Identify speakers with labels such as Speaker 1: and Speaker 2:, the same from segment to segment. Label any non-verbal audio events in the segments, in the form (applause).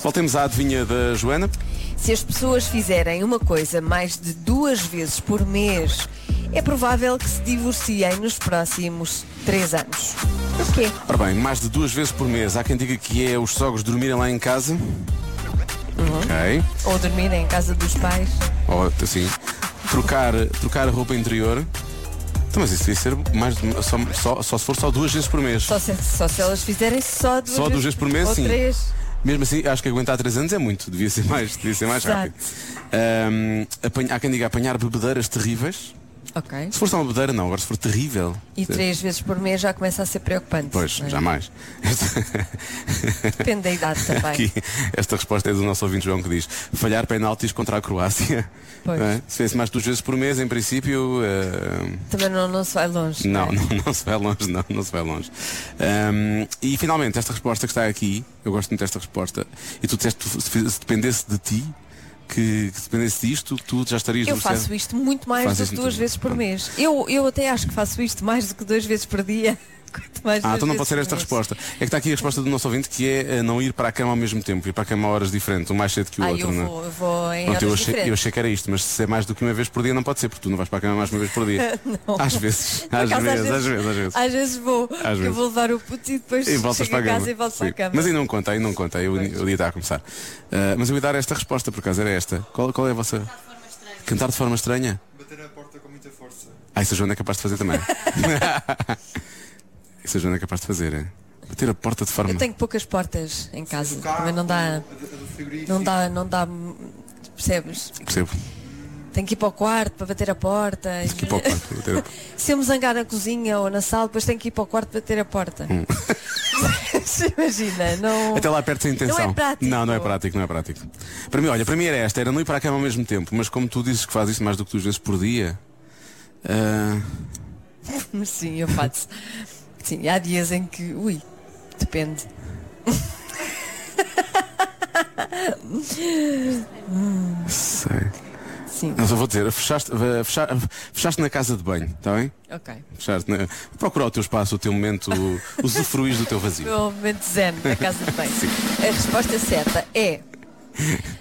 Speaker 1: Voltemos à adivinha da Joana.
Speaker 2: Se as pessoas fizerem uma coisa mais de duas vezes por mês, é provável que se divorciem nos próximos três anos. O quê?
Speaker 1: Ora bem, mais de duas vezes por mês. Há quem diga que é os sogros dormirem lá em casa. Ok.
Speaker 2: Ou dormirem em casa dos pais?
Speaker 1: Ou assim. Trocar, trocar a roupa interior. Então, mas isso devia ser mais de- só, só, só se for só duas vezes por mês.
Speaker 2: Só se, só se elas fizerem só duas,
Speaker 1: Só duas vezes por mês,
Speaker 2: ou
Speaker 1: sim.
Speaker 2: três.
Speaker 1: Mesmo assim, acho que aguentar 3 anos é muito, devia ser mais, devia ser mais rápido. Ahm, apanha- há quem diga apanhar bebedeiras terríveis.
Speaker 2: Ok.
Speaker 1: Se for só uma bebedeira, não, agora se for terrível.
Speaker 2: E três vezes por mês já começa a ser preocupante.
Speaker 1: Pois,
Speaker 2: não é?
Speaker 1: jamais. (laughs)
Speaker 2: Depende da idade também.
Speaker 1: Aqui, esta resposta é do nosso ouvinte João que diz falhar penaltis contra a Croácia.
Speaker 2: Pois.
Speaker 1: Não é? Se fosse mais duas vezes por mês, em princípio, ahm,
Speaker 2: Também não, não se vai longe.
Speaker 1: Não,
Speaker 2: é?
Speaker 1: não, não se vai longe, não, não se vai longe. Ahm, e finalmente, esta resposta que está aqui, eu gosto muito desta resposta, e tu disseste que tu- se se dependesse de ti, que, que se dependesse disto, tu já estarias
Speaker 2: Eu
Speaker 1: divorciado.
Speaker 2: faço isto muito mais
Speaker 1: Faz
Speaker 2: do
Speaker 1: isso
Speaker 2: que
Speaker 1: muito
Speaker 2: duas
Speaker 1: bem.
Speaker 2: vezes por
Speaker 1: Pronto.
Speaker 2: mês. Eu, eu até acho que faço isto mais do que duas vezes por dia. (laughs) Quanto mais
Speaker 1: Ah,
Speaker 2: duas
Speaker 1: então não
Speaker 2: vezes
Speaker 1: pode ser
Speaker 2: por
Speaker 1: esta
Speaker 2: mês.
Speaker 1: resposta. É que está aqui a resposta do nosso ouvinte que é eh, não ir para a cama ao mesmo tempo, ir para a cama a horas diferentes, um mais cedo que o
Speaker 2: Ah,
Speaker 1: outro,
Speaker 2: eu
Speaker 1: não é?
Speaker 2: vou, eu vou em
Speaker 1: Pronto, eu
Speaker 2: horas
Speaker 1: achei, eu
Speaker 2: diferentes.
Speaker 1: achei que era isto, mas se é mais do que uma vez por dia, não pode ser, porque tu não vais para a cama mais uma vez por
Speaker 2: (laughs)
Speaker 1: dia. Às vezes,
Speaker 2: Por
Speaker 1: às
Speaker 2: acaso,
Speaker 1: vezes, às vezes, às vezes.
Speaker 2: Às vezes vou, porque eu
Speaker 1: vezes.
Speaker 2: vou levar o puto e depois
Speaker 1: E voltas
Speaker 2: chego
Speaker 1: para a
Speaker 2: a
Speaker 1: cama.
Speaker 2: casa e volto
Speaker 1: Sim.
Speaker 2: para a cama.
Speaker 1: Mas aí não conta, aí não conta. Aí o, o dia está a começar. Ah, mas eu ia dar esta resposta, por acaso, era esta. Qual, qual é a vossa. Cantar de forma estranha?
Speaker 3: Bater a porta com muita força.
Speaker 1: Ah, isso a Joana é capaz de fazer
Speaker 2: (laughs)
Speaker 1: também. (laughs) isso a Joana é capaz de fazer, é? Bater a porta de forma.
Speaker 2: Eu tenho poucas portas em casa,
Speaker 3: Do carro,
Speaker 2: também não dá,
Speaker 3: a do- a do frigorífico.
Speaker 2: não dá, não dá, percebes?
Speaker 1: Percebo.
Speaker 2: Tenho que ir para o quarto para bater a porta.
Speaker 1: Que
Speaker 2: (laughs)
Speaker 1: pouco, bater a porta.
Speaker 2: Se eu me zangar na cozinha ou na sala, depois tenho que ir para o quarto bater a porta.
Speaker 1: Hum.
Speaker 2: (laughs) Imagina, não.
Speaker 1: Até lá perto sem intenção.
Speaker 2: Não é prático.
Speaker 1: Não, não é prático, não é prático. Para mim, olha, para mim era esta, era não ir para a cama ao mesmo tempo, mas como tu dizes que fazes isto mais do que duas vezes por dia. ah, Então-
Speaker 2: Sim, eu faço. Sim, há dias em que. Ui, depende.
Speaker 1: sei.
Speaker 2: Sim,
Speaker 1: Não, só vou dizer, fechaste, fecha- fechaste na casa de banho, está bem?
Speaker 2: ok.
Speaker 1: Fechaste na... Procurar o teu espaço, o teu
Speaker 2: (laughs)
Speaker 1: momento, o- usufruís do teu vazio.
Speaker 2: Meu momento zen da casa de banho. A resposta certa é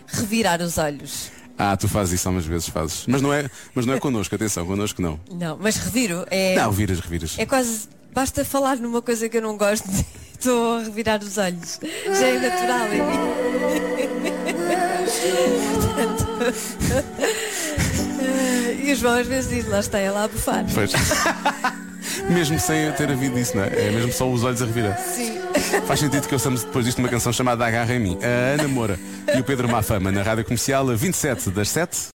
Speaker 2: revirar os olhos.
Speaker 1: Ah, tu fazes isso algumas vezes, fazes. Mas não é, mas não é connosco, atenção, connosco não.
Speaker 2: Não, mas reviro é.
Speaker 1: Não, viras, reviras.
Speaker 2: É quase. Basta falar numa coisa que eu não gosto (laughs) estou a revirar os olhos. Já é natural em mim. Portanto, (laughs) e o João às vezes diz, lá está ela a bufar.
Speaker 1: Pois. (laughs) mesmo sem ter havido isso, não é? É mesmo só os olhos a revirar.
Speaker 2: Sim.
Speaker 1: Faz sentido que ouçamos depois disto uma canção chamada Agarra em mim. A Ana Moura e o Pedro Mafama na rádio comercial, a 27 das 7.